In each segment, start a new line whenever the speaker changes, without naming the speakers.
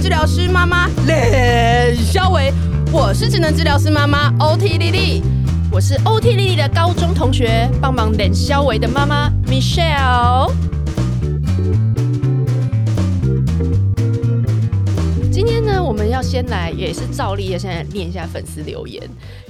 治疗师妈妈冷肖维，我是职能治疗师妈妈 OT 丽丽，
我是 OT 丽丽的高中同学，帮忙冷肖维的妈妈 Michelle。今天呢，我们要先来，也是照例的，现在念一下粉丝留言。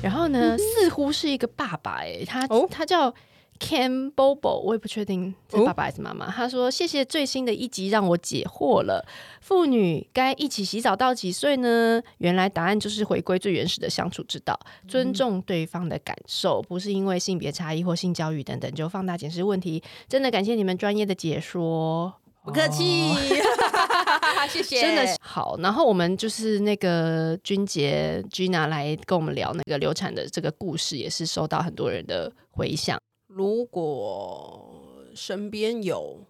然后呢，似乎是一个爸爸、欸，哎，他、
嗯哦
他叫 Ken Bobo，我也不确定是
哦
爸爸还是妈妈。他说：“谢谢最新的一集让我解惑了，妇女该一起洗澡到几岁呢？原来答案就是回归最原始的相处之道，尊重对方的感受，不是因为性别差异或性教育等等就放大检视问题。真的感谢你们专业的解说。”
不客气，
哦
谢谢，
真的是好。然后我们就是那个君杰 Gina 来跟我们聊那个流产的这个故事，也是受到很多人的回响。
如果身边有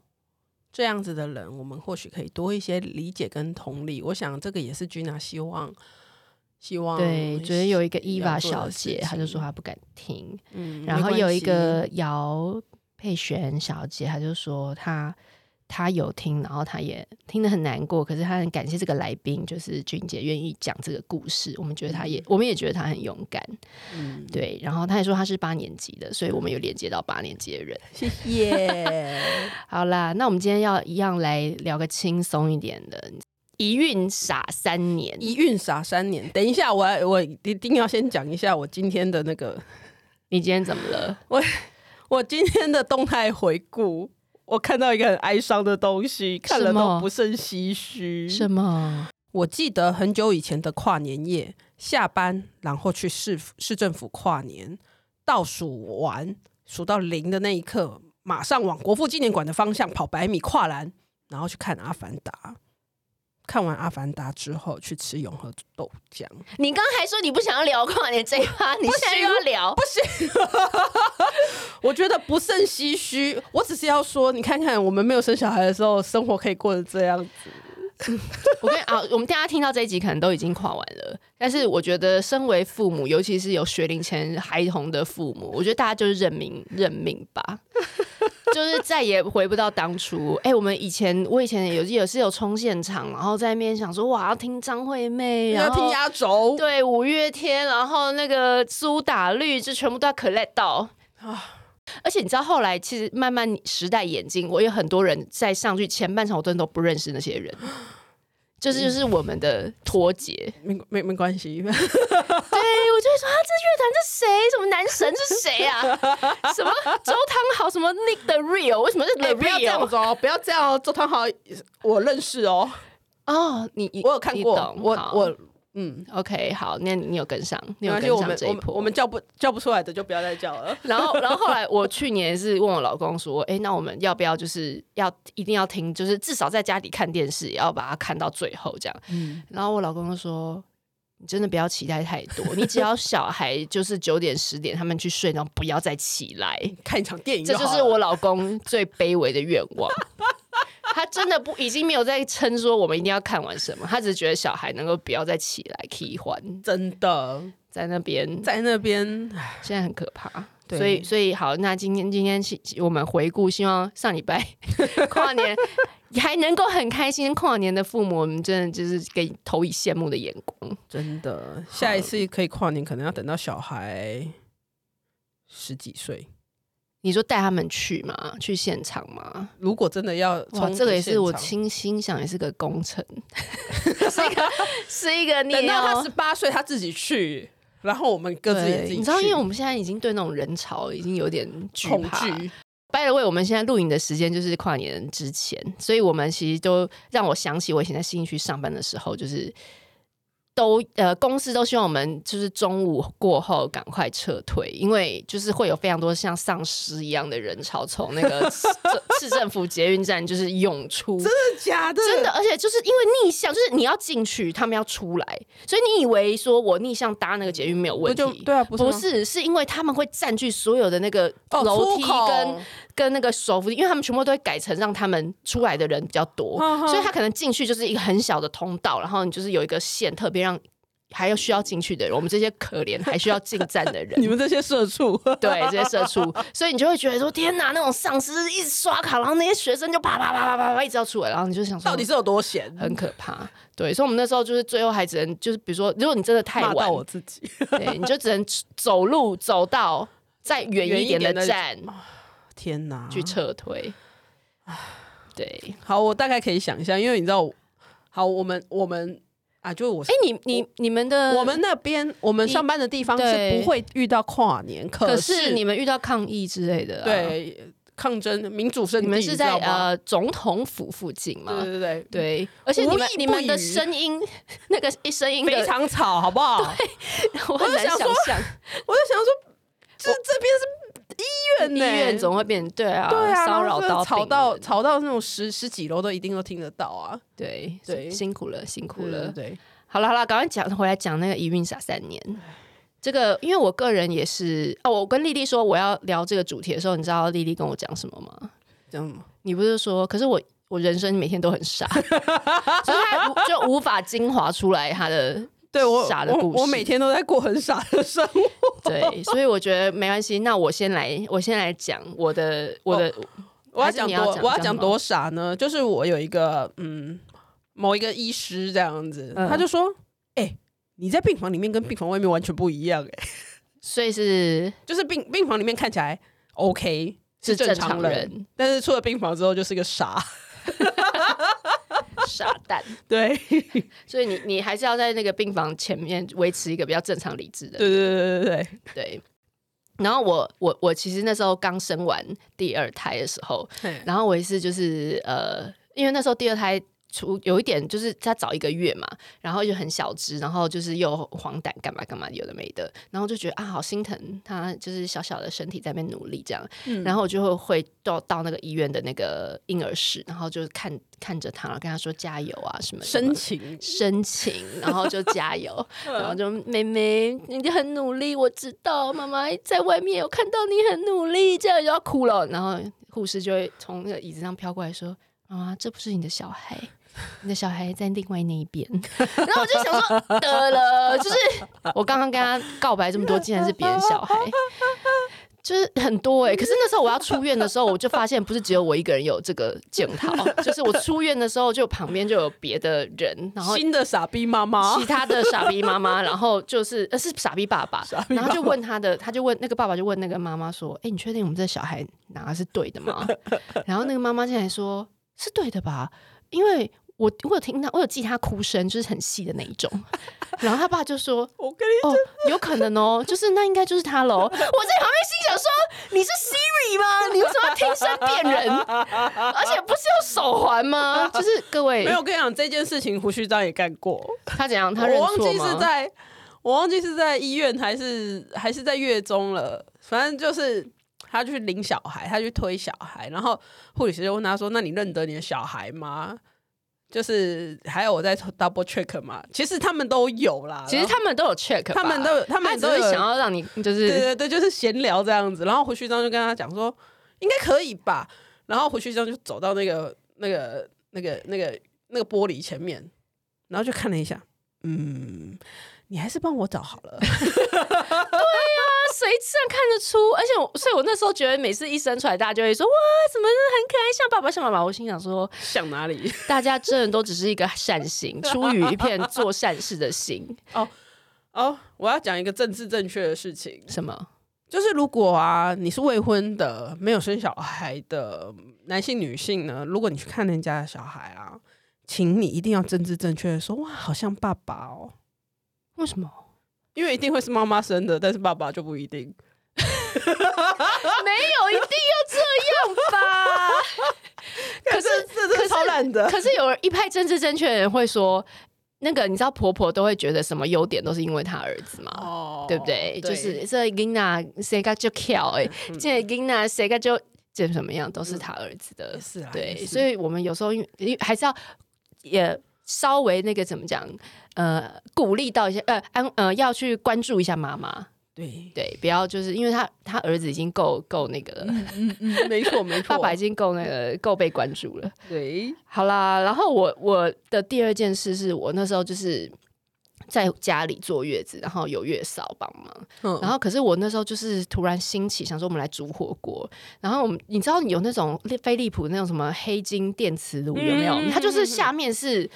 这样子的人，我们或许可以多一些理解跟同理。我想这个也是 Gina 希望，希望
对，昨天有一个伊
要
娃
做的
小
事
姐，她就
情
说她不敢听，
嗯
然
没
后
关
有一
系
个姚佩璇小姐，她就说她她有听，然后她也听得很难过，可是她很感谢这个来宾，就是君姐愿意讲这个故事，我们觉得她也、我们也觉得她很勇敢，
嗯，
对。然后她也说她是八年级的，所以我们有连接到八年级的人。
谢 谢。
好啦，那我们今天要一样来聊个轻松一点的，一孕傻三年。
一孕傻三年。等一下，我要我一定要先讲一下我今天的那个，
你今天怎么了？
我今天的动态回顾。我看到一个很哀伤的东西，看了
什么
都不胜唏嘘。
什么？
我记得很久以前的跨年夜，下班然后去市府市政府跨年，倒数完数到零的那一刻，马上往国父纪念馆的方向跑百米跨栏，然后去看《阿凡达》。看完《阿凡达》之后，去吃永和豆浆。
你刚还说你不想要聊跨年这一趴，你现在又要聊？
我觉得不胜唏嘘。我只是要说，你看看我们没有生小孩的时候，生活可以过得这样子。
我跟你啊，我们大家听到这一集可能都已经跨完了，但是我觉得身为父母，尤其是有学龄前孩童的父母，我觉得大家就是认命认命 吧，就是再也回不到当初。哎、我们以前我以前有也是有冲现场，然后在那边想说哇要听张惠妹，然
要
后
听压轴，
对，五月天，然后那个苏打绿，这全部都要 collect 到
啊
而且你知道，后来其实慢慢时代演进，我有很多人在上去前半场，我真的都不认识那 些人，就是
嗯
就是我们的脱节。
没没没关系，
对我就会说啊，这乐坛这谁？什么男神是谁啊？什么周汤豪？什么 Nick the Real？为什么是 The
哎不要这
Real？
样子哦，不要这样哦。周汤豪，我认识哦，
哦，你你
我有看
你
过
懂，
我
好
我嗯，
OK 好，那你你有跟上，你
没
有
关系，
跟
我
上
们
这
我
一
们
波
我。们叫不叫不出来的就不要再叫了。
然后，然后后来我去年是问我老公说：“哎、那我们要不要就是要一定要听，就是至少在家里看电视也要把它看到最后这样。”
嗯，
然后我老公就说：“你真的不要期待太多，你只要小孩就是九点十点他们去睡，然后不要再起来。
看一场电影
这就
好
是
了
我老公最卑微的愿望。 他真的不已经没有在撑说我们一定要看完什么，他只是觉得小孩能够不要再起来起欢
真的
在那边
在那边，
现在很可怕。
对
所以，所以好，那今天今天是我们回顾，希望上礼拜 跨年还能够很开心。跨年的父母，我们真的就是给你投以羡慕的眼光。
真的下一次可以跨年，可能要等到小孩十几岁。
你说带他们去嘛，去现场嘛？
如果真的要
哇，
冲
这个也
现
是我
场
心心想，也是个工程，是一个是一个你
等
也
到
要
他十八岁，他自己去，然后我们各自也自
对
己去。
你知道，因为我们现在已经对那种人潮已经有点惧
恐
怕。
惧，
By the way，我们现在录影的时间就是跨年之前，所以我们其实都让我想起我以前在新义区上班的时候，就是都呃公司都希望我们就是中午过后赶快撤退，因为就是会有非常多像丧尸一样的人潮从那个市市政府捷运站就是涌出，
真的假的？
真的，，而且就是因为逆向，就是你要进去，他们要出来，所以你以为说我逆向搭那个捷运没有
不
问
就
题。
对啊？不是
不
吗
是，是因为他们会占据所有的那个
哦
楼
出
梯
口
跟、跟那个手扶梯，因为他们全部都会改成让他们出来的人比较多，
嗯哼
所以他可能进去就是一个很小的通道，然后你就是有一个线特别让还要需要进去的人，我们这些可怜还需要进站的 人
你，们这些社畜，
对这些社畜，所以你就会觉得说，天哪，那种上司一直刷卡，然后那些学生就啪啪啪啪啪啪一直要出来，然后你就想说，
到底是有多闲？
很可怕。对，所以我们那时候就是最后还只能就是，比如说，如果你真的太
骂
晚
到，我自 己，
对，你就只能走路走到再远一点
远一点的
的站
天哪！
去撤退。对，
好，我大概可以想象，因为你知道我，好，我们我们啊，就是我是
哎、你你你们的
我们那边我们
哎呃你
上班的地方是
对
不会遇到跨年，
可
是
是你们遇到抗议之类的、啊，，
对抗争民主圣地，
你们是在
知道吗
呃总统府附近
对对
吗？
对对。
对，而且你们
无意不
你们的
语
声音， 那个一声音的
非常吵，好不好？
我很
我就
难
想
想
说
象
我就想说，这这边是
医
医院呢、
院总会变对啊，
对啊，
骚扰
然后真
到
的吵
病
到
人
吵到那种十十几楼都一定都听得到啊，
对
对
辛苦了辛苦了。
对
好了好了，赶快讲回来讲那个一孕傻三年。这个，因为我个人也是哦，我跟丽丽说我要聊这个主题的时候，你知道丽丽跟我讲什么吗？
这样吗
你不是说，可是我我人生每天都很傻，所以她无就无法精华出来她的
对我
傻的
我
故事
我每天都在过很傻的生活。
对，所以我觉得没关系。那我先来，我先来讲我的我的、
哦我要
还是
讲
你
多
要讲
我要
讲
讲
什么
多傻呢？就是我有一个嗯，某一个医师这样子，
嗯
他就说：“哎、你在病房里面跟病房外面完全不一样、哎，
所以是
就是病病房里面看起来 OK
是
正
正
常
常
人，
人
但是出了病房之后就是个傻。
傻蛋。”
对对
所以你你还是要在那个病房前面维持一个比较正常理智的
对对对对
对。然后我我我其实那时候刚生完第二胎的时候，
对，
然后我也是就是呃，因为那时候第二胎出有一点就是他早一个月嘛，然后就很小只，然后就是又黄疸干嘛干嘛有的没的，然后就觉得啊好心疼他就是小小的身体在那边努力这样，然后我就会到到那个医院的那个婴儿室，然后就看看着他，跟他说加油啊什么什么
深情
深情，然后就加油，然后就妹妹，你很努力，我知道，妈妈在外面有看到你很努力，这样就要哭了。然后护士就会从那个椅子上飘过来说：“妈妈，这不是你的小孩。”你的小孩在另外那一边， 然后我就想说，得了，就是 我刚刚跟他告白这么多，竟然是别人小孩，就是很多哎、可是那时候我要出院的时候，我就发现不是只有我一个人有这个检讨，就是我出院的时候，就旁边就有别的人，然后
新的傻逼妈妈
其，他的傻逼妈妈， 然后就是呃是傻逼爸爸，然后就问他的，他就问那个爸爸就问那个妈妈说：“哎、你确定我们这小孩拿的是对的吗？” 然后那个妈妈进来说：“是对的吧？因为我我有听到，我有记他哭声，就是很细的那一种。” 然后他爸就说：“
我跟你
哦，有可能哦，就是那应该就是他喽。我在旁边心想说，你是 Siri 吗？你为什么要听声辨人？而且不是有手环吗？就是各位
没，有我跟你讲这件事情，胡须章也干过，
他怎样？他认
我
错
忘
吗？
记是在我忘记是在医院还是还是在月中了，反正就是。他去领小孩，他去推小孩，然后护理师就问他说：“那你认得你的小孩吗？”就是还有我在 double check 嘛，其实他们都有啦。
其实他们都有 check，吧
他们都有他们
只
都有
是想要让你就
对
是
对对，就是闲聊这样子。然后胡须章就跟他讲说，应该可以吧。然后胡须章就走到那个那个那个那个那个玻璃前面，然后就看了一下，嗯，你还是帮我找好了。
那谁这样看得出？而且我，所以我那时候觉得每次一生出来，大家就会说哇，怎么很可爱，像爸爸像妈妈。我心想说，
想哪里？
大家真的都只是一个善心，出于一片做善事的心。
哦，我要讲一个政治正确的事情，
什么？
就是如果啊，你是未婚的、没有生小孩的男性、女性呢，如果你去看人家的小孩啊，请你一定要政治正确的说，哇，好像爸爸哦，
为什么？
因为一定会是妈妈生的，但是爸爸就不一定。
没有，一定要这样吧？ 可是
这
可
这
是
超懒的，
可是有一派政治正确的人会说，那个你知道婆婆都会觉得什么优点都是因为她儿子嘛？
哦
对不对？就是这囡仔谁个就巧哎，
嗯
这囡仔谁个就这怎么样，都是啊他儿子的
也。是啦，
对，
嗯也是
所以我们有时候因为因为还是要也稍微那个怎么讲，呃，鼓励到一些呃安呃要去关注一下妈妈，
对，
对，不要就是因为他他儿子已经够够那个了，
嗯嗯，没错没错，
爸爸已经够那个够被关注了。
对，
好啦，然后我我的第二件事是我那时候就是在家里坐月子，然后有月嫂帮忙。
嗯
然后可是我那时候就是突然兴起，想说我们来煮火锅。然后我们你知道有那种飞利浦那种什么黑金电磁炉有没有？
嗯
它就是下面是。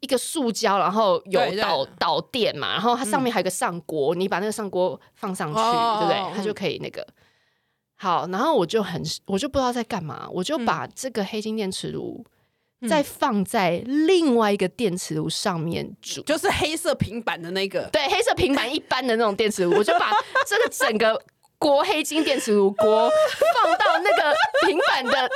一个塑胶，然后有
对对嗯
导导电嘛，然后它上面还有一个上锅，你把那个上锅放上去，
哦
对不
哦
对？它
嗯
就可以那个。好，然后我就很，我就不知道在干嘛，我
嗯
就把这个黑金电磁炉再放在另外一个电磁炉上面煮，
就是黑色平板的那个，
对，黑色平板一般的那种电磁炉，我就把这个整个锅黑金电磁炉锅放到那个平板的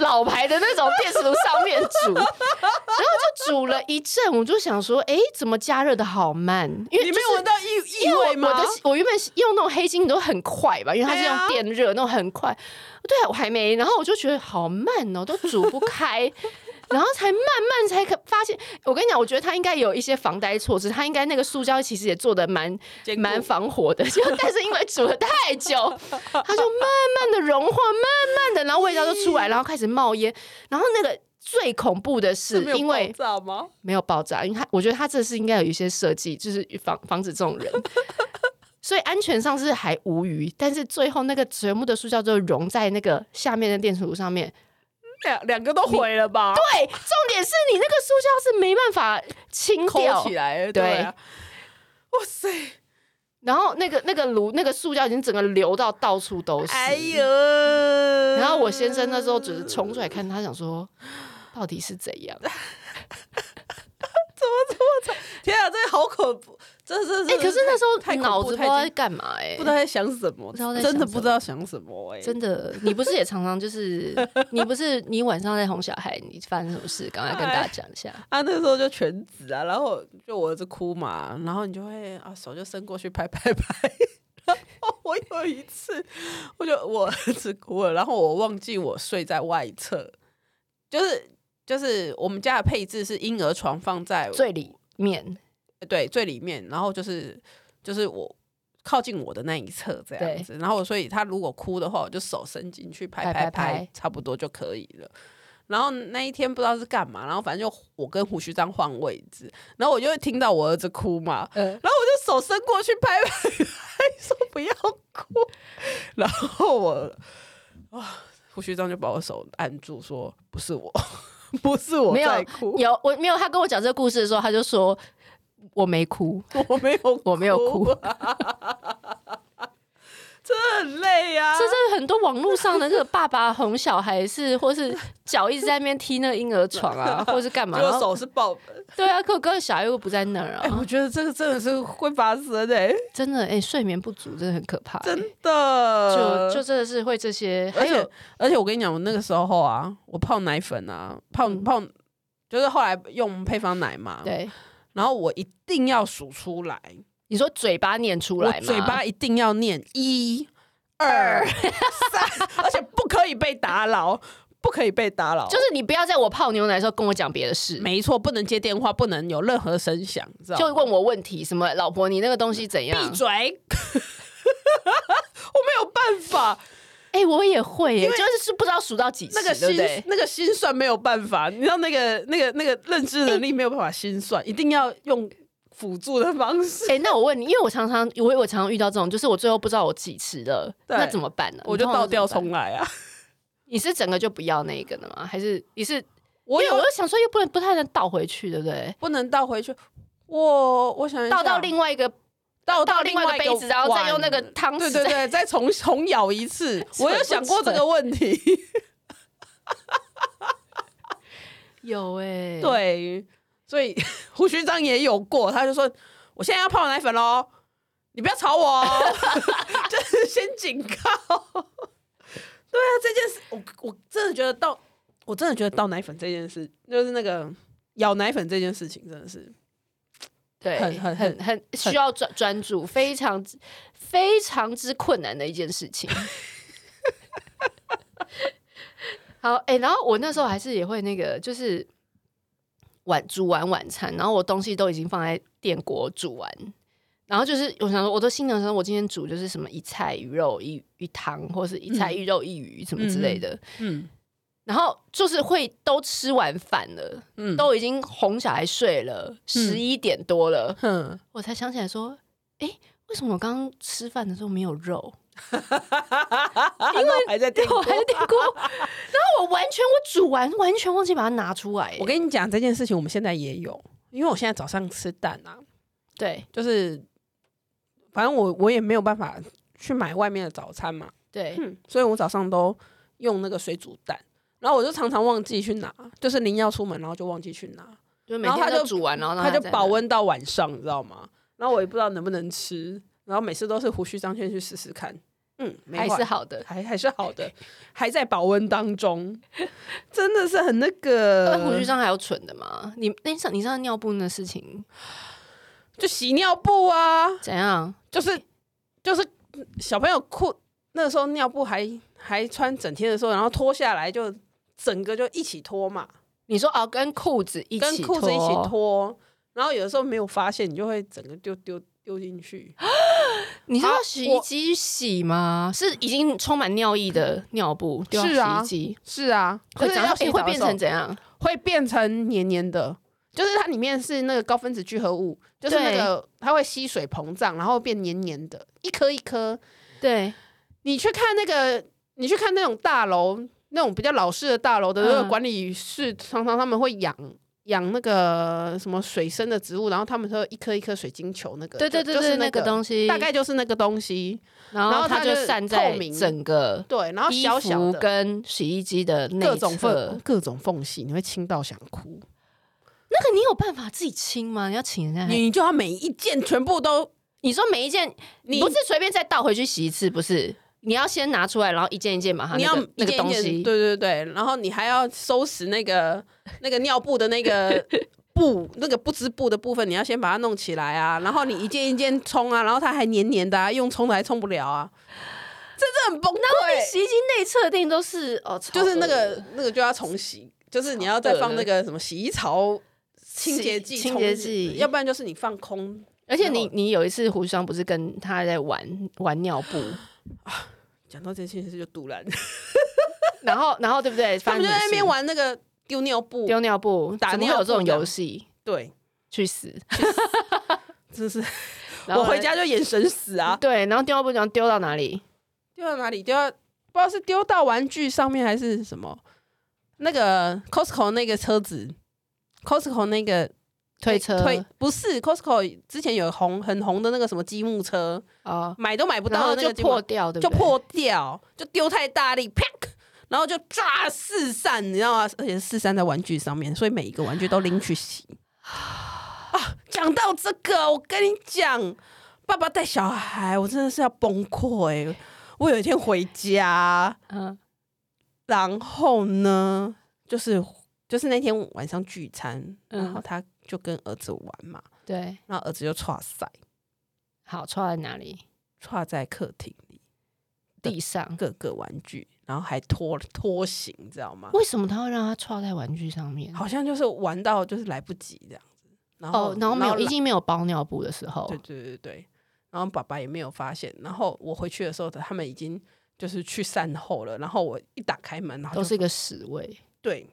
老牌的那种电磁炉上面煮，然后就煮了一阵，我就想说，哎、怎么加热的好慢？因为、
你
就
没
是
有闻到异异
因为
味
我
吗
我？的我原本是用那种黑金都很快吧，因为它是
对啊
用电热，那种很快。对啊，我还没，然后我就觉得好慢哦，都煮不开，然后才慢慢才可发现。我跟你讲，我觉得它应该有一些防呆措施，它应该那个塑胶其实也做的蛮
坚固
蛮防火的， 就但是因为煮了太久，它就慢慢的融化，慢慢的，然后味道就出来，然后开始冒烟，然后那个。最恐怖的是，
没有
因为
爆炸吗？
没有爆炸，因为他我觉得他这是应该有一些设计，就是防防止这种人。 所以安全上是还无虞，但是最后那个全部的塑胶就融在那个下面的电磁炉上面。
两两个都毁了吧？
对，重点是你那个塑胶是没办法清
抠
掉
起，来了，
对
对啊。哇塞！
然后那个那个炉那个塑胶已经整个流到到处都是。
哎呦！
然后我先生那时候只是冲出来看，他想说到底是怎样？哎
天啊，这个好恐怖！这这
哎、
这，
可是那时
太恐怖
候脑子不
太
知道
惊
在干嘛哎、
不知道在想什么，
不知道在想
真的
什
不
么
知道想什么哎。
真的，你不是也常常就是 你不是你晚上在哄小孩，你发生什么事？赶快跟大家讲一 下。
啊，那时候就全职啊，然后就我儿子哭嘛，然后你就会啊手就伸过去拍拍拍。然后我有一次，我就我儿子哭了，然后我忘记我睡在外侧，就是就是我们家的配置是婴儿床放在
最里面，
对最里面，然后就是就是我靠近我的那一侧这样
对
子，然后所以他如果哭的话，我就手伸进去拍
拍
拍
拍
拍
拍，
差不多就可以了。然后那一天不知道是干嘛，然后反正就我跟胡须章换位置，然后我就会听到我儿子哭嘛，
呃，
然后我就手伸过去拍拍 拍，说不要哭。然后我啊，胡须章就把我手按住，说不是我， 不是我
没有啊
在哭，
有我没有？他跟我讲这个故事的时候，他就说我没哭，
我没有哭，啊
我没有哭。
这很累呀、啊
这。是很多网络上的那个爸爸哄小孩是，或是脚一直在那边踢那个婴儿 床啊，或是干嘛？
就
然后
手是爆的，
对啊，可哥小孩又不在那儿
哎、
啊，
我觉得这个真的是会发生的、
真的哎、睡眠不足真的很可怕、
真
就
的。
就真的是会这些，还
而
有
且而且我跟你讲，我那个时候啊，我泡奶粉啊，泡泡就是后来用配方奶嘛，
嗯对
然后我一定要数出来，
你说嘴巴念出来
我
吗？
嘴巴一定要念一、二、三， 而且不可以被打扰，不可以被打扰，
就是你不要在我泡牛奶的时候跟我讲别的事，
没错，不能接电话，不能有任何声响，你知道吗？
就问我问题，什么老婆你那个东西怎样？
闭嘴！我没有办法，
哎、我也会耶，就是是不知道数到几次，
那个
对
心
不对？
那个心算没有办法，你知道那个那个那个认知能力没有办法心算，一定要用辅助的方式。
哎、那我问你，因为我常常我我常常遇到这种，就是我最后不知道我几次了，
对
那怎么办呢？
我就
你通常
倒吊
怎么
重。
办
来啊！
你是整个就不要那个的吗？还是你是？
我
因
有
为我就想说，又不能不太能倒回去，对不对？
不能倒回去，我我想一下
倒到另外一个
倒
倒
到
另
另
外一
外
个杯子，然后再用那个
碗
汤匙
对对
再
对，再重重咬一 次。我有想过这个问题，
有哎、
对，所以 胡须章也有过，他就说：“我现在要泡奶粉喽，你不要吵我哦。” 就是先警告。对啊，这件事我我真的觉得倒，我真的觉得倒奶粉这件事，就是那个咬奶粉这件事情，真的是
对，
很很
很很需要专专注，非常之非常之困难的一件事情。 好，哎、然后我那时候还是也会那个，就是晚煮完晚餐，然后我东西都已经放在电锅煮完，然后就是我想说，我都心想说，我今天煮就是什么一菜一肉一鱼汤，或是一菜一肉一鱼什么之类的，
嗯，
然后就是会都吃完饭了，
嗯
都已经哄小孩睡了，十一点多了，
哼，
我才想起来说，哎、为什么我刚刚吃饭的时候没 有肉？
因为啊还在听
我还有点过，然后我完全我煮完完全忘记把它拿出来、
我跟你讲这件事情，我们现在也有，因为我现在早上吃蛋啊，
对
就是反正我我也没有办法去买外面的早餐嘛，
对，
嗯，所以我早上都用那个水煮蛋，然后我就常常忘记去拿，就是临要出门，然后就忘记去拿，
就每
然后
天
它
都
就
煮完，然后让
它就
在那
保。温到晚上，你知道吗？然后我也不知道能不能吃，然后每次都是胡须张先去试试看，嗯，没
还
坏
是好的，
还还是好的，还在保温当 中，真的是很那
那胡须
个，
章还有蠢的吗？你那你上你上次尿布那事情
就洗尿布啊，
怎样？
就是就是小朋友裤那个时候尿布还还穿整天的时候，然后脱下来就整个就一起脱嘛，
你说哦，跟裤子一
跟
起
裤子一起
脱
脱，然后有的时候没有发现，你就会整个丢丢丢进去，
你是
啊
要洗衣
我
机去洗吗？是已经充满尿意的尿布丢
是啊
到洗衣机，
是啊，
会
可是
长
要
到
洗
诶
澡
会
的
变
时候
成怎样？
会变成黏黏的，就是它里面是那个高分子聚合物，就是那个它会吸水膨胀，然后变黏黏的，一颗一颗。
对，
你去看那个，你去看那种大楼，那种比较老式的大楼的那个
嗯
管理室，常常他们会养。养那个什么水生的植物，然后他们说一颗一颗水晶球，那个
对对
就
对
呃就是
对，
那
个东西
大概就是那个东西，
然
然
后
后
它
它
就
就是
散在
透明
整个
对，然后
衣
小小
服
的
跟洗衣机的内
各种
侧
缝。各种缝隙，你会亲到想哭。
那个你有办法自己清吗？你要请人家来？你
你就要每一件全部都，
你说每一件，
你
不是随便再倒回去洗一次，不是？你要先拿出来，然后一件一件把它
你
啊
要
那个那
一
个
件
东
一件
西，
对对对，然后你还要收拾那个那个尿布的那 个布，那个不织布的部分，你要先把它弄起来啊，然后你一件一件冲啊，然后它还黏黏的、啊，用冲的还冲不了啊，真的很崩溃。
洗衣机内侧定都是哦，超
就是那
恶
个那个就要重洗，就是你要再放那个什么洗衣槽清洁剂、
洗清洁
冲
剂
要不然就是你放空，
而且你
然后
你有一次胡商不是跟他在玩玩尿布，
讲到这件事就突然，
然后然后对不对？
他们就
发生
在
什么
那边玩那个丢尿布
事，丢尿布，
打
怎么会
尿布
有这种
这样
游戏？
对，
去 死！
真是
然后
我
呢
回家就眼神死啊，
对，然后丢尿布然后丢到哪里？
丢到哪里？丢到不知道是丢到玩具上面还是什么？那个 Costco 那个车子，Costco 那个
推车
推不是 Costco 之前有红很红的那个什么积木车，
哦，
买都买不
然
到的
后
那
就
个积木
破掉，对不
就
对？
破掉，就丢太大力，啪！然后就抓四散，你知道吗？而且是四散在玩具上面，所以每一个玩具都拎去 洗。啊，讲到这个，我跟你讲，爸爸带小孩，我真的是要崩溃。我有一天回家，
嗯，
然后呢，就是就是那天晚上聚餐，
嗯
然后他就跟儿子玩嘛，
对，
然后儿子就踹塞，
好，错在哪里？
踹在客厅里
地上。
各个玩具，然后还拖拖行，你知道吗？
为什么他会让他错在玩具上面？
好像就是玩到就是来不及这样子，然后、
哦，然后没有，已
来
经没有包尿布的时候
对，对对对，然后爸爸也没有发现，然后我回去的时候，他们已经就是去善后了，然后我一打开门，然后
都
就是
一个屎味。
对，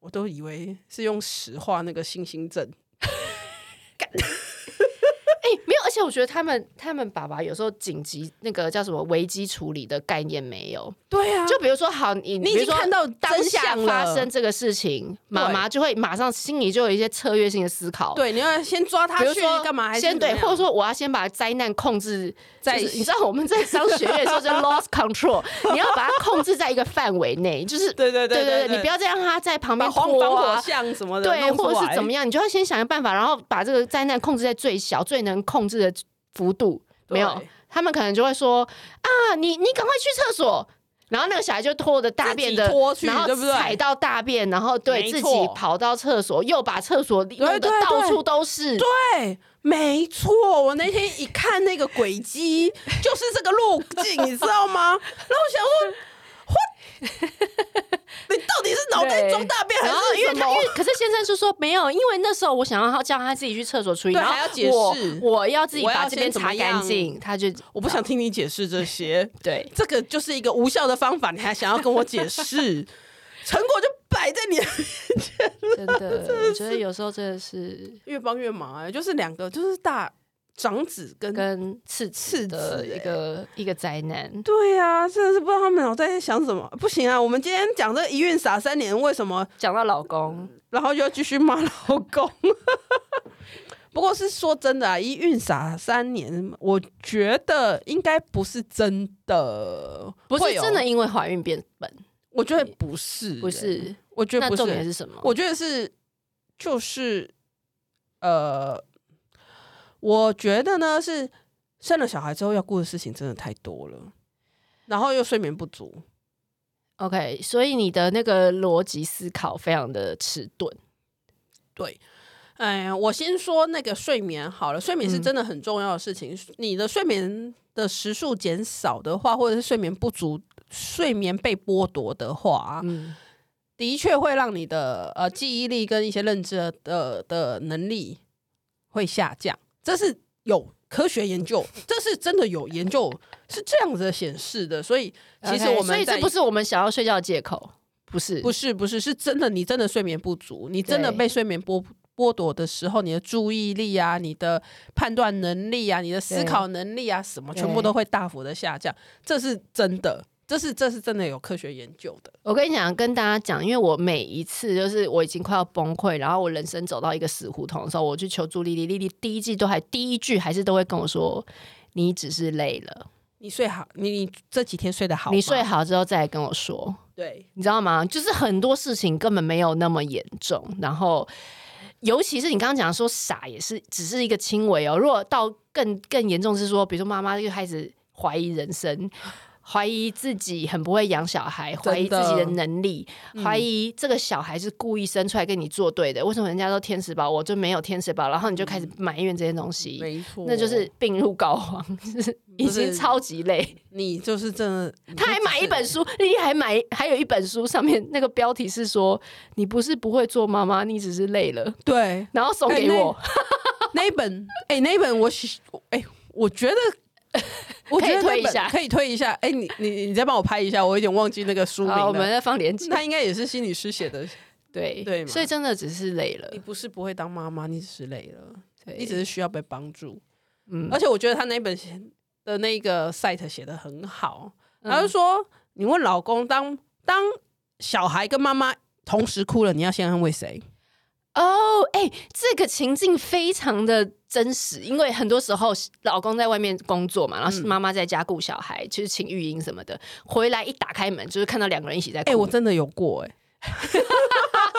我都以为是用石画那个星星阵，
哎、没有，而且我觉得他们他们爸爸有时候紧急那个叫什么危机处理的概念没有，
对啊
就比如说好，
你
你你
已
比如
经
说
看到
当
真
下
相
发
了
生，这个事情，妈妈就会马上心里就有一些策略性的思考，，
对，你要先抓他
比如
去
说
干嘛？还是
先
怎么
对，
样
或者说我要先把灾难控制
在
就是你知道我们在商学院的时候就是 loss control，你要把它控制在一个范围内，就是
对对
对
对
你不要再让它在旁
把
边
荒防
拖
火
啊。
像什么的
对，
弄出
或者是
来
怎么样，你就要先想一个办法，然后把这个灾难控制在最小、最能控制的幅度。没有
对，
他们可能就会说啊，你你赶快去厕所。然后那个小孩就拖着大便的
自己拖去
然后
对不对
踩到大便，然后对
没
自己
错
跑到厕所，又把厕所弄得
对对
到处都是。
对，哎没错，我那天一看那个轨迹，就是这个路径，你知道 吗？然后我想说， 嚯，你到底是脑袋装大便还
然后
是
因为
什
他因为
么？
可是先生就说没有，因为那时候我想让他叫他自己去厕所处理，
对
然
还
后
要解
我
释
我要自己
我要
把这边
先怎么
擦干
样
净，他就
我不想听你解释这些，
对。
这个就是一个无效的方法，你还想要跟我解释？成果就摆在你的
真的，我觉得有时候真的是
越帮越忙、欸，就是两个就是大长子跟
跟次
次
的
子欸
一个一个灾难。
对啊，真的是不知道他们脑袋在想什么。不行啊，我们今天讲这一孕傻三年，为什么？
讲到老公，
然后就要继续骂老 公。不过是说真的啊，一孕傻三年，我觉得应该不是真的，
不是
会有
真的，因为怀孕变笨，
我觉得不是、欸
不，是。
我觉得
那
不
重点
是，
是什么？
我觉得是就是呃，我觉得呢是生了小孩之后要顾的事情真的太多了，然后又睡眠不足，
OK，所以你的那个逻辑思考非常的迟钝。
对，哎，我先说那个睡眠好了，睡眠
嗯
是真的很重要的事情。你的睡眠的时数减少的话，或者是睡眠不足、睡眠被剥夺的话，
嗯，
的确会让你的呃记忆力跟一些认知的的的能力会下降，这是有科学研究，这是真的有研究是这样子的显示的。所以其实
OK，
我
所以
们在
这不是我们想要睡觉的借口，不是，
不是不是，是真的，你真的睡眠不足，你真的
对
被睡眠剥剥夺的时候，你的注意力啊，你的判断能力啊，你的思
对
考能力啊，什么全部
对
都会大幅的下降，这是真的，这是这是真的有科学研究的。
我跟你讲，跟大家讲，因为我每一次就是我已经快要崩溃，然后我人生走到一个死胡同的时候，我去求助丽丽，丽丽第一季都还第一句还是都会跟我说：“你只是累了，
你睡好，你你这几天睡得好吗，
你睡好之后再来跟我说。
对”
你知道吗？就是很多事情根本没有那么严重，然后尤其是你刚刚讲说傻，也是只是一个轻微哦。如果到更更严重是说，比如说妈妈就开始怀疑人生。怀疑自己很不会养小孩，怀疑自
真的嗯
己的能力，怀疑这个小孩是故意生出来跟你作对的。为什么人家都天使宝，我就没有天使宝？然后你就开始埋怨这些东西，
嗯没错，嗯
那就是病入膏肓， 就是已
就是
经超级累。
你就是真的，你
他还
就
买
是
一本书，你还买还有一本书，上面那个标题是说你不是不会做妈妈，你只是累了，
对
然后送给我，
那一本，哎、那一本我喜，哎、我觉 得。我觉得
可
那
以推一
本
下
可以推一下。哎、你你你再帮我拍一下，我有点忘记那个书名
好，我
了
们。再放链接。
那应该也是心理师写的。
对
对嘛
所以真的只是累了
你，不是不会当妈妈，你只是累了，
对
你只是需要被帮助。
嗯
而且我觉得他那本写的那个 site 写的很好，
嗯
他就说：“你问老公，当当小孩跟妈妈同时哭了，你要先安慰谁
哦，哎、这个情境非常的真实，因为很多时候老公在外面工作嘛，然
嗯
后妈妈在家顾小孩，就是请育婴什么的，回来一打开门就是看到两个人一起在？” 哭，
哎、我真的有过哎、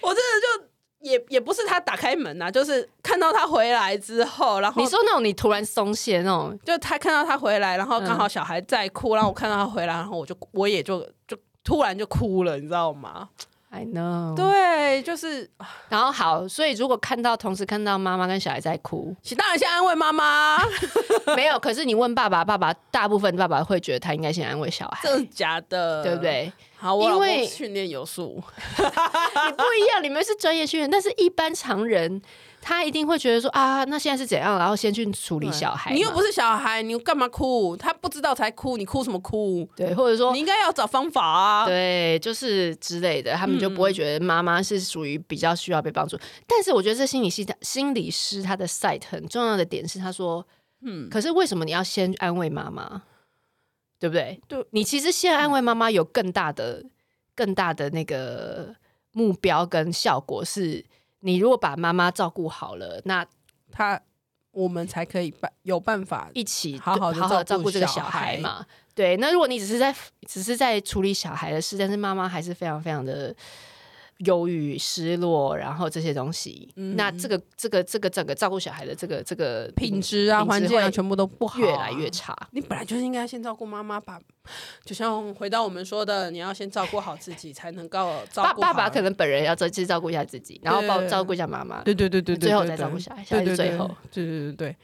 我真的就。也也不是他打开门呐、啊，就是看到他回来之后，然后
你说那种你突然松懈那种，
就他看到他回来，然后刚好
嗯
小孩在哭，然后我看到他回来，然后我就我也就就突然就哭了，你知道吗？
I know，
对，就是啊
然后好，所以如果看到同时看到妈妈跟小孩在哭，
当然先安慰妈妈，
没有，可是你问爸爸，爸爸大部分爸爸会觉得他应该先安慰小孩，
真的假的？
对不？对？
好，我老
因为
公训练有素，
你不一样，你们是专业训练，但是一般常人他一定会觉得说啊，那现在是怎样，然后先去处理小孩嘛，
你又不是小孩，你干嘛哭？他不知道才哭，你哭什么哭？
对，或者说
你。应该要找方法啊。
哦对，就是之类的，他们就不会觉得妈妈是属于比较需要被帮助。但是我觉得这心理系的心理师他的 site 很重要的点是，他说，嗯，可是为什么你要先安慰妈妈，对不对？
对，
你其实先安慰妈妈有更大的、更大的那个目标跟效果是，你如果把妈妈照顾好了，那
他我们才可以办有办法。
一起
好好地
好地
照
照
顾
顾这个
小
小
孩
孩嘛。对，那如果你只是在只是在处理小孩的事，但是妈妈还是非常非常的忧郁、失落，然后这些东西，
嗯
那这个这个这个整个照顾小孩的这个这个
品质啊，
品质
环境啊，
会
全部都不好啊、
越来越差。
你本来就是应该先照顾妈妈吧，就像回到我们说的，你要先照顾好自己，才能够照
爸
顾
爸爸可
能
能本人要再去照顾一下自己，然后帮
对
照顾一下妈妈。
对对对对对，
最后
对
再照顾
对
小孩小
对
孩
对
是最
对
后，
对对对对，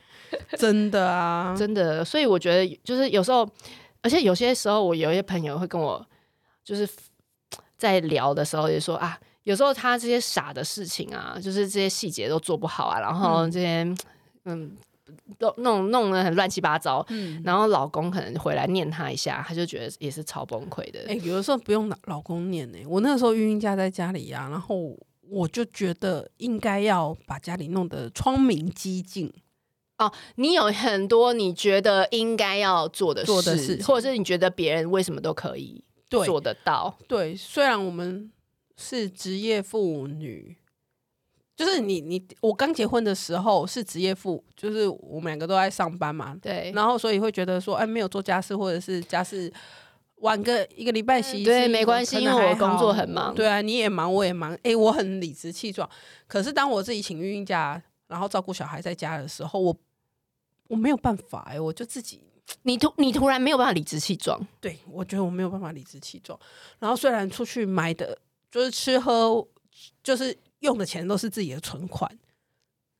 真的啊，
真的，所以我觉得就是有时候，而且有些时候，我有一些朋友会跟我就是在聊的时候也说啊，有时候他这些傻的事情啊，就是这些细节都做不好啊，然后这些嗯都弄弄得很乱七八糟。
嗯，
然后老公可能回来念她一下，她就觉得也是超崩溃的。
哎、有的时候不用老老公念呢、我那个时候育婴假在家里呀、然后我就觉得应该要把家里弄得窗明几净。
你有很多你觉得应该要做的事，
做的事情
或者是你觉得别人为什么都可以
对
做得到，
对，虽然我们是职业妇女，就是你你我刚结婚的时候是职业妇，就是我们两个都在上班嘛，
对，
然后所以会觉得说，哎，没有做家事或者是家事晚个一个礼拜洗一次，
嗯对没关系
可能还
因为我工作
好
很忙
对啊，你也忙，我也忙，哎，我很理直气壮。可是当我自己请孕假，然后照顾小孩在家的时候，我我没有办法哎，我就自己
你突你突然没有办法理直气壮，
对，我觉得我没有办法理直气壮。然后虽然出去买的，就是吃喝，就是用的钱都是自己的存款，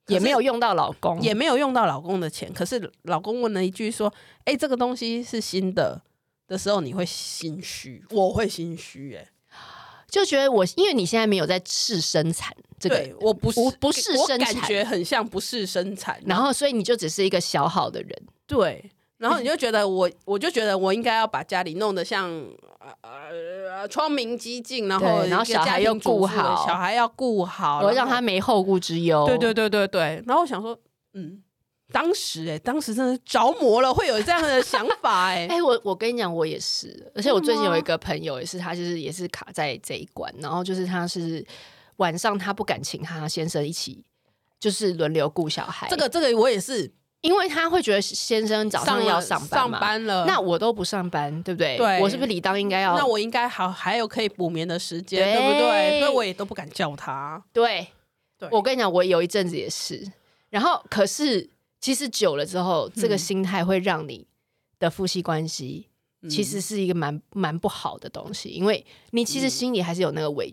可
也没有
是
用到老公，
也没有用到老公的钱。可是老公问了一句说：“哎、这个东西是新的。”的时候，你会心虚，我会心虚、欸。
就觉得我因为你现在没有在试生产这个，
对我不是
不不是
我
生
感
产
觉很像不是生产。
然后所以你就只是一个消耗的人，
对，然 后你就觉得我，我就觉得我应该要把家里弄得像呃窗明几净，然后
对然后
一个
小
家
孩
庭
又
主
顾
妇
好
小孩要顾好，
我
然
让
后
他没后顾之忧。
对对对对对。然后我想说，嗯，当时哎、当时真的是着魔了，会有这样的想法哎、
哎、 我我跟你讲，我也是，而且我最近有一个朋友也是，他就是也是卡在这一关，然后就是他是晚上他不敢请他先生一起，就是轮流顾小孩，
这个这个我也是
因为他会觉得先生早上
了
要上班
上
嘛，
班了，
那我都不上班，对不对？
对
我是不是理当应该要？
那我应该好还有可以补眠的时间，
对
对不对？所以我也都不敢叫他。
对，
对
我跟你讲，我有一阵子也是，然后可是其实久了之后，这个
嗯
心态会让你的夫妻关系。
嗯
其实是一个蛮蛮不好的东西，因为你其实心里还是有那个委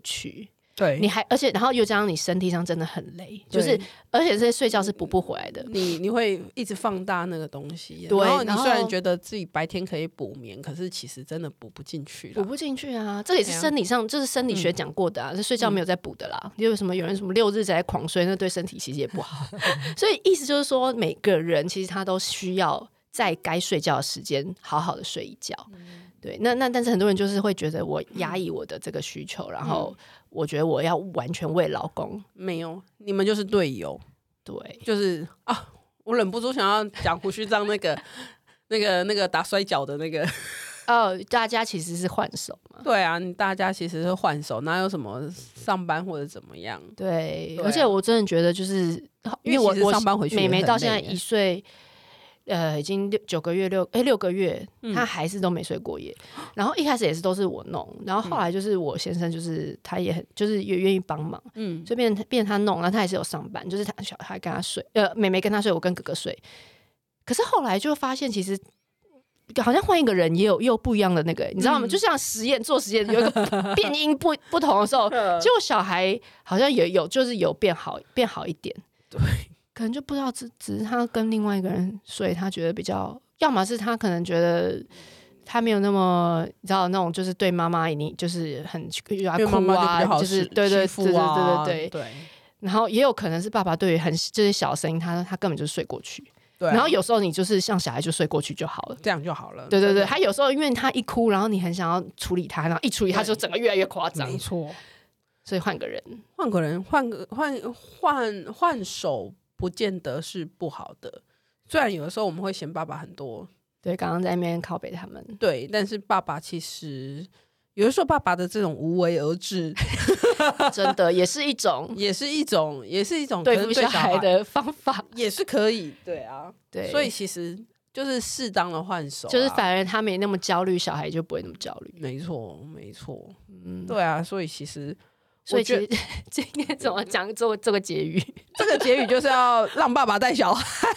嗯
屈，
对
你还而且然后又加上你身体上真的很累，就是
对
而且这些睡觉是补不回来的。
你你会一直放大那个东西，
对
然后你
然后
虽然觉得自己白天可以补眠，可是其实真的补不进去
补
了。
不进去啊，这个也是
对啊
生理上，这是生理学讲过的啊，这睡觉没有在补的啦。因为什么有人什么六日在狂睡，那对身体其实也不 好。所以意思就是说，每个人其实他都需要在该睡觉的时间好好的睡一觉。对，那那但是很多人就是会觉得我压抑我的这个需求，然后我觉得我要完全为老公。
没有，你们就是队友，
对，
就是啊，我忍不住想要讲胡须章那个 那个那个打摔跤的那 个。
哦，大家其实是换手嘛。
对啊，你大家其实是换手，哪有什么上班或者怎么样？
对，
对
而且我真的觉得就是，
因为
因为我
其实
我
上班回去
妹
也
妹
很
到现在
累耶
一岁，呃，已经六九个月六哎六个月，
嗯
她还是都没睡过夜。然后一开始也是都是我弄，然后后来就是我先生就是他也很就是也愿意帮忙，
嗯，
就变变他弄，然后他也是有上班，就是他小孩跟他睡，呃，妹妹跟他睡，我跟哥哥睡。可是后来就发现，其实好像换一个人也有也有不一样的那个，你知
嗯
道吗？就像实验做实验，有一个 变音不不同的 时候，
嗯
结果小孩好像也有就是有变好变好一点，
对，
可能就不知道只只是他跟另外一个人睡，他觉得比较，要么是他可能觉得。他没有那么，你知道那种，就是对妈妈，你就是很有啊
因为妈妈就
哭
比较
啊，
好
就是
欺欺
对对对
负啊
对对对，
对
然后也有可能是爸爸对于很这些小声音，他他根本就睡过去。
对啊，
然后有时候你就是像小孩就睡过去就好了。
这样就好了。
对对
真
对，
的
他有时候因为他一哭，然后你很想要处理他，然后一处理他就整个越来越夸张
没，错。
所以换个人。
换个人，换个换换换手，不见得是不好的。虽然有的时候我们会嫌爸爸很多，
对，刚刚在那边拷贝他们，
对，但是爸爸其实有的时候爸爸的这种无为而治，
真的也是一 种
也是一种，也是一种
嗯对
可能
付
对
小
小
孩，的方 法。
也是可以，对啊。
对，
所以其实就是适当的换手啊、
就是反而他没那么焦虑，小孩就不会那么焦虑。
没错，没错，
嗯，
对啊。所以其实
所以其
觉
实 今天怎么讲做这个结语？
这个结语就是要让爸爸带小 孩。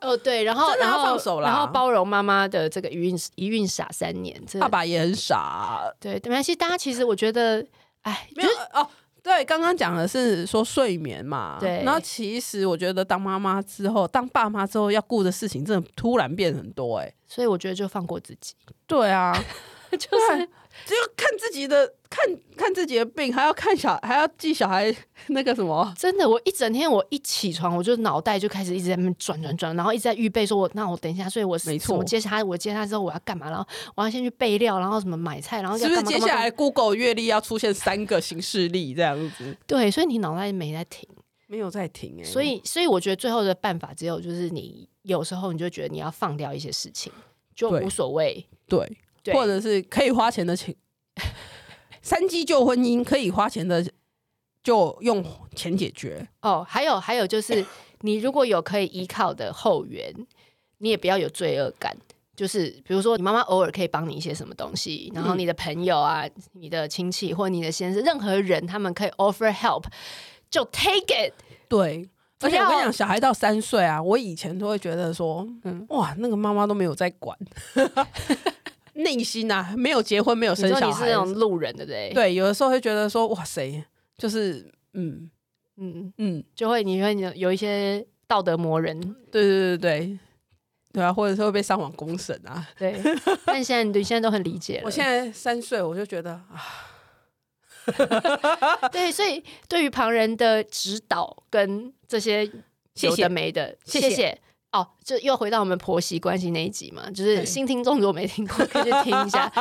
哦，对，然后
真的
然
要
后
放手啦
然后包容妈妈的这个余韵余韵傻三年，这
爸爸也很傻，啊
对，没关系。大家其实我觉得，哎，
没有呃哦。对，刚刚讲的是说睡眠嘛，
对
然后其实我觉得当妈妈之后，当爸妈之后要顾的事情，真的突然变很多哎、
所以我觉得就放过自己，
对啊，
就是
只有 看自己的看看自己的病，还要看小，还要记小孩那个什么。
真的，我一整天我一起床，我就脑袋就开始一直在那边转转转，然后一直在预备说我，那我等一下，所以我
没错
我接下来我接下来之后我要干嘛，然后我要先去备料，然后什么买菜，然后
是
要
不是
干嘛
接
干嘛
下
干嘛
来 Google 阅历要出现三个形式例这样子？
对，所以你脑袋 没在欸停，
没有在停哎、
所以所以我觉得最后的办法只有就是你有时候你就觉得你要放掉一些事情，就
对
无所谓，
对，
对，
或者是可以花钱的请三基救婚姻，可以花钱的就用钱解决。
哦，还有还有就是，你如果有可以依靠的后援，你也不要有罪恶感。就是比如说，你妈妈偶尔可以帮你一些什么东西，然后
嗯
你的朋友啊、你的亲戚或你的先生，任何人他们可以 offer help，就 take it。
对，
不
而且我跟你
要
讲，小孩到三岁啊，我以前都会觉得说，
嗯
哇，那个妈妈都没有在管， 内心啊，没有结婚，没有
你
生
说
小
你是
孩
那，种路人，对不对？，
对，有的时候会觉得说，哇塞，就是嗯
嗯，
嗯，
就会你会有有一些道德磨人，
对对对对对啊，或者是会被上网公审啊。
对。但现在你现在都很理解了。
我现在三岁，我就觉得啊，
对，所以对于旁人的指导跟这些
谢
有
谢
的没的，
谢谢
哦，就又回到我们婆媳关系那一集嘛，就是
对
新听众如果没听过，可以去听 一下，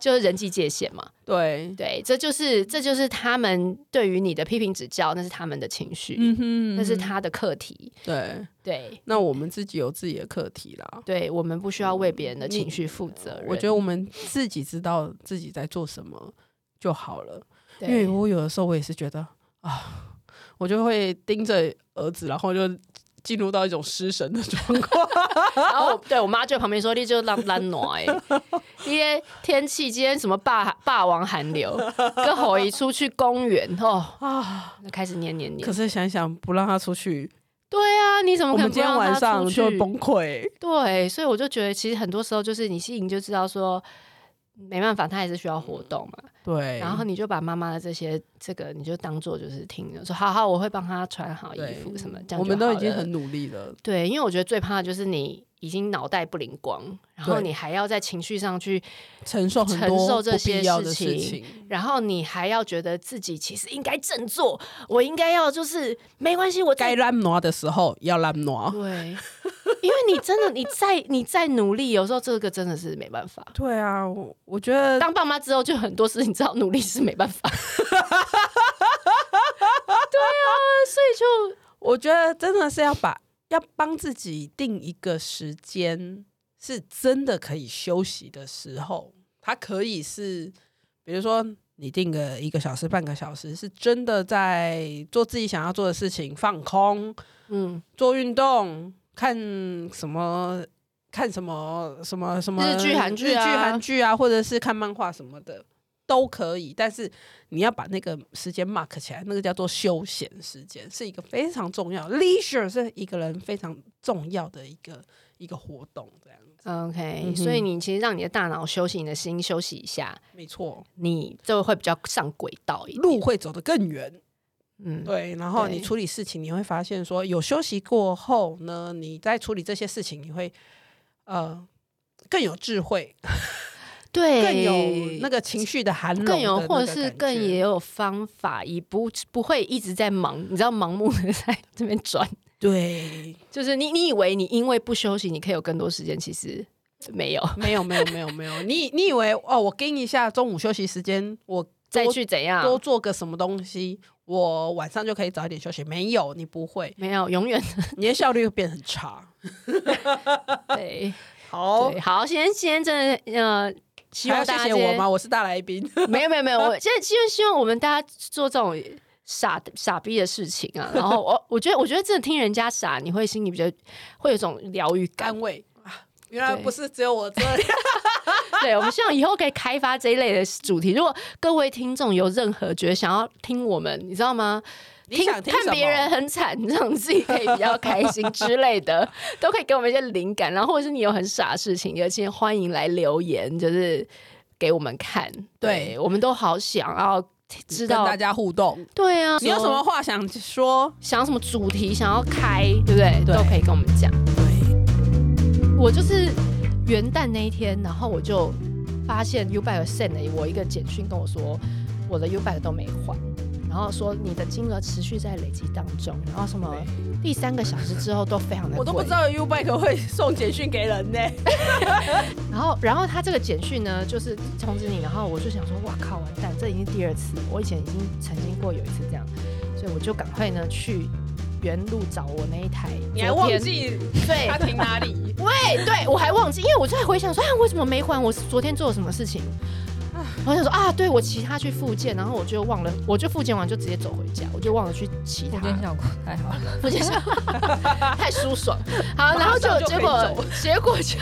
就是人际界限嘛。
对，
对，这就是这就是他们对于你的批评指教，那是他们的情绪，
嗯哼，
那是他的课题。
对。
对，
那我们自己有自己的课题啦。
对我们不需要为别人的情绪负责
我觉
得
得我们自己知道自己在做什么就好了。因为
对
我有的时候我也是觉得啊，我就会盯着儿子，然后就进入到一种失神的状况。
然后我对我妈就在旁边说：“你就让懒暖 哎，因为天气今天什么霸霸王寒流，跟吼一出去公园哦啊，开始念念念
可。是想一想，不让他出去，
对啊，你怎么
我
可
们
能
今天
不让
晚
她
上
出
就会
去
崩溃。
对，所以我就觉得其实很多时候就是你心里就知道说。”没办法，他还是需要活动嘛。
对，
然后你就把妈妈的这些这个，你就当做就是听着说，好好，我会帮她穿好衣
对
服什么。这样
我
就
们都
好
已经
了
很努力了。
对，因为我觉得最怕的就是你已经脑袋不灵光，然后
对
你还要在情绪上去
承受很
承
多
受这
不
些
必要的
事
事
情
情，
然后你还要觉得自己其实应该振作，我应该要就是没关系，我
该
再
烂挪的时候要烂挪。
对，因为你真的你再你再努力，有时候这个真的是没办法。
对啊，我我觉得
当爸妈之后，就很多事情知道努力是没 办法。对啊，所以就
我觉得真的是要把要帮自己定一个时间，是真的可以休息的时候，它可以是，比如说你定个一个小时、半个小时，是真的在做自己想要做的事情，放空、
嗯，
做运动、看什么。看什么什么什么
日剧韩剧啊
日剧、韩剧啊，或者是看漫画什么的都可以，但是你要把那个时间 mark 起来，那个叫做休闲时间，是一个非常重要，leisure 是一个人非常重要的一个一个活动，这样
OK，、
嗯哼
所以你其实让你的大脑休息，你的心休息一下，
没错，
你就会比较上轨道一点。
路会走得更远。
嗯，
对，然后
对
你处理事情，你会发现说，有休息过后呢，你在处理这些事情，你会呃更有智慧，
对，
更有那个情绪的含容的那
更
个
有，
感觉，
或者是更也有方法，也不不会一直在忙，你知道盲目的在这边转，
对，
就是你你以为你因为不休息，你可以有更多时间，其实没有，
没有没有没有没有，你你以为哦，我跟一下中午休息时间，我
再去怎样
多做个什么东西，我晚上就可以早一点休息。没有，你不会，
没有，永 远
你的效率会变很差。
对
好
对，好，今天今天真的呃。希
哦还要
望
谢
大家
谢我吗？？我是大来宾，
没有没有没有，我现在希望希望我们大家做这种傻傻逼的事情啊，然后我我觉得我觉得真的听人家傻，你会心里比较会有一种疗愈感
安。慰啊，原来
对
不是只有我这 样。
对，我们希望以后可以开发这一类的主题。如果各位听众有任何觉得想要听我们，你知道吗？
你想听
看
什
别
么
人很惨，让自己可以比较开心之类的， 都可以给我们一些灵感。然后或者是你有很傻的事情，也请欢迎来留言，就是给我们看。
对
我们都好想要知
跟
道
大。家互动，
对啊，
你有什么话想说？
想要什么主题想要开，对不对？
对
都可以跟我们讲。
对，
我就是元旦那一天，然后我就发现 U Bike send 了我一个简讯跟我说，我的 U Bike 都没还，然后说你的金额持续在累积当中，然后什么第三个小时之后都非常的贵，
我都不知道 U Bike 会送简讯给人呢、
然后，然后他这个简讯呢，就是通知你，然后我就想说，哇靠，完蛋，这已经第二次，我以前已经曾经过有一次这样，所以我就赶快呢去原路找我那一台，
你还忘？记
对
他停哪里？
喂， 对我还忘记，因为我就在回想说，啊，为什么没还？我是昨天做了什么事情？我想说啊，对我骑它去复健，然后我就忘了，我就复健完就直接走回家，我就忘了去骑它
福。建效果太好 了，
不接受，太舒爽。好，然后就
马上就
结
可以
果
走
结果就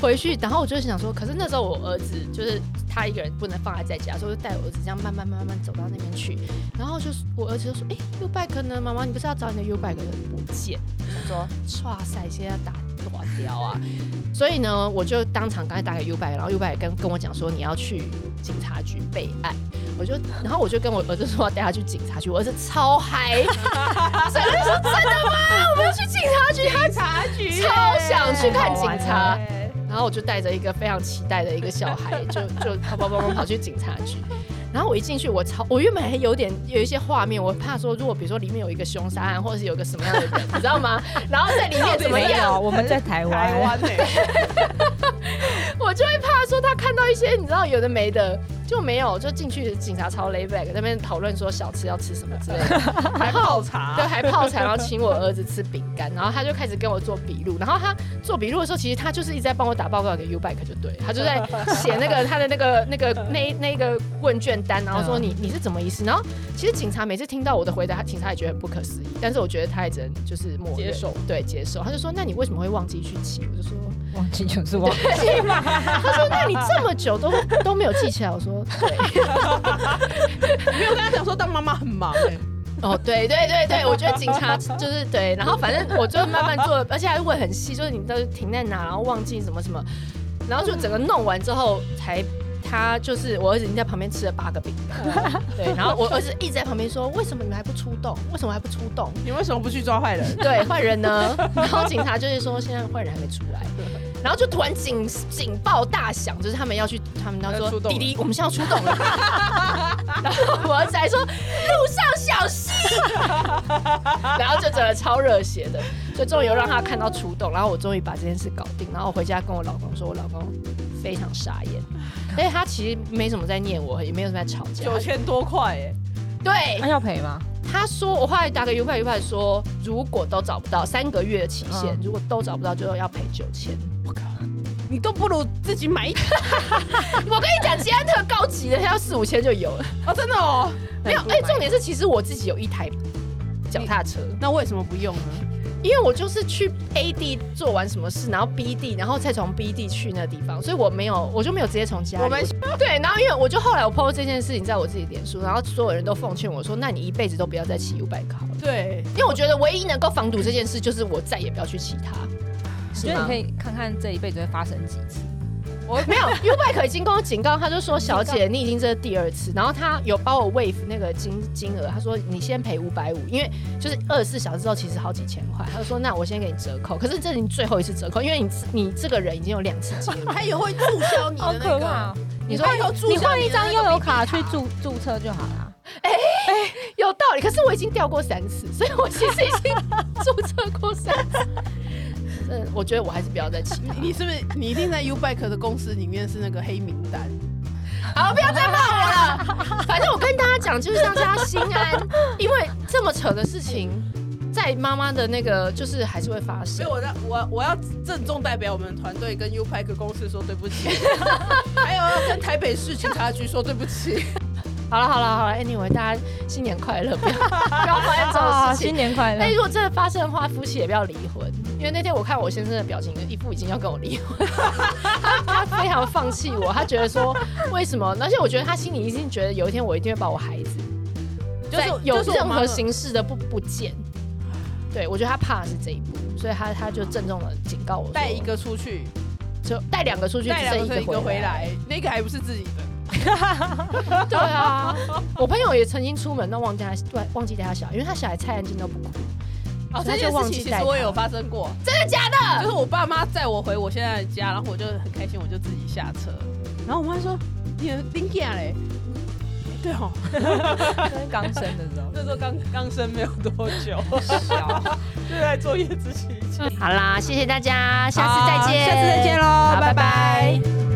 回去，然后我就想说，可是那时候我儿子就是他一个人不能放在在家，所以我就带我儿子这样慢慢慢慢慢走到那边去，然后就是我儿子就说，哎、u bike 呢？妈妈，你不是要找你的 U bike 不见？我说，哇塞，现在要打多掉啊！所以呢，我就当场赶快打给 U bike，然后 U bike 跟跟我讲说你要去警察局备案，我就然后我就跟我儿子说要带他去警察局，我儿子超嗨，所以我就说真的吗？我们要去警察局，他
察局
超想去看警察。然后我就带着一个非常期待的一个小孩，就就跑跑跑跑跑去警察局。然后我一进去，我超我原本还有点有一些画面，我怕说如果比如说里面有一个凶杀案，或者是有个什么样的人，你知道吗？然后在里面怎么
没
样，
有，哦我们在台
台
湾，
湾呢、欸
我就会怕说他看到一些你知道有的没的，就没有就进去警察超 lay back 那边讨论说小吃要吃什么之类 的，
还
然后
泡茶，
对，还泡茶，然后请我儿子吃饼干，然后他就开始跟我做笔录，然后他做笔录的时候，其实他就是一直在帮我打报告给 U Bike 就对，他 就在写那个他的那个那个那那个问卷单，然后说
嗯
你你是怎么意思？然后其实警察每次听到我的回答，警察也觉得很不可思议，但是我觉得他也只能就是默
接
认
受，
对接受。他就说那你为什么会忘记去骑？我就说
忘记就是忘记，
他说那你这么久都都没有记起来，我说对。
没有跟他讲说当妈妈很忙、欸，
哦，对对对对，我觉得警察 就是对，然后反正我就慢慢做，而且还问很细，就是你到底停在哪，然后忘记什么什么，然后就整个弄完之后才。他就是我儿子，已经在旁边吃了八个饼干，对，然后我儿子一直在旁边说：“为什么你们还不出动？为什么还不出动？”
你为什么不去抓坏 人？
对，坏人呢？ 然后警察就是说，现在坏人还没出来，然后就突然警警报大响，就是他们要去，他们要
要
说
出动
弟
了
弟，我们现在要出 动了。然后我儿子还说路上小心， 然后就整个超热血的，就终于有让他看到出动，然后我终于把这件事搞定，然后我回家跟我老公说，我老公非常傻眼，而且他其实没什么在念我，也没有什么在吵架，
九千多块哎、
对
那，要赔吗？
他说，我后来打给 U 派 U 派说，如果都找不到三个月的期限，
嗯
如果都找不到，就要赔九千。
你都不如自己买一台
我跟你讲，捷安特高级的，它要四五千就 有了。
哦，真的哦。
没有，哎、重点是其实我自己有一台脚踏车，
那为什么不用呢？
因为我就是去 A 地做完什么事，然后 B 地，然后再从 B 地去那个地方，所以我没有，我就没有直接从家里。
我们
对，然后因为我就后来我 PO 这件事情在我自己脸书，然后所有人都奉劝我说，那你一辈子都不要再骑 U 拜卡了，
对
因为我觉得唯一能够防堵这件事，就是我再也不要去骑它。
我
是
觉得
吗
你可以看看这一辈子会发生几次，
没有，U Bike 已经跟我警告，他就说：“小姐，你已经这是第二次。”然后他有帮我 waive 那个金金额，他说：“你先赔五百五，因为就是二十四小时之后其实好几千块。”他就说：“那我先给你折扣，可是这是你最后一次折扣，因为你你这个人已经有两次经历。
他也会注销你的那个。
哦！
你说
他有注销
你换一
的那
张
个
悠游
BB
卡去注注册就好啦。
有道理，可是我已经掉过三次，所以我其实已经 注册过三次。嗯，我觉得我还是不要再骑它。
你你是不是你一定在 U Bike 的公司里面是那个黑名单？
好，不要再 骂我了。反正我跟大家讲，就是让大家心安，因为这么扯的事情，在妈妈的那个就是还是会发
所
生
以。我让我我要郑重代表我们团队跟 U Bike 公司说对不 起，还有要跟台北市警察局说对不起。
好了好了好了，Anyway，大家新年快乐，不 要不要发生这种
啊，
事情哎
新。年快乐
但！如果真的发生的话，夫妻也不要离婚，因为那天我看我先生的表情，一副已经要跟我离婚， 他他非常放弃我，他觉得说为什么？而且我觉得他心里一定觉得有一天我一定会把我孩子，
就是
在有任何形式的不不见。对，我觉得他怕的是这一步，所以他他就郑重的警告我说，
带一个出去，
就带两个出去，
带两
只
个车
剩
一
一
个
个
回
回来。
来，那个还不是自己的。
对啊，我朋友也曾经出门，那忘记他忘忘记带他小孩，因为他小孩蔡安静都不哭，
哦，
所以
这件
他就
事
忘
情
记
其
带
实我
他
也有发生过，
真的假的？
就是我爸妈载我回我现在的家，然后我就很开心，我就自己下车，然后我妈说：“你的丁健嘞？”对哦，
刚生的时候，
那时候刚刚生没有多久，
小
啊
就在坐月子期间。
好啦，谢谢大家，下次再见，
好下次再见喽，
好拜
拜
拜
拜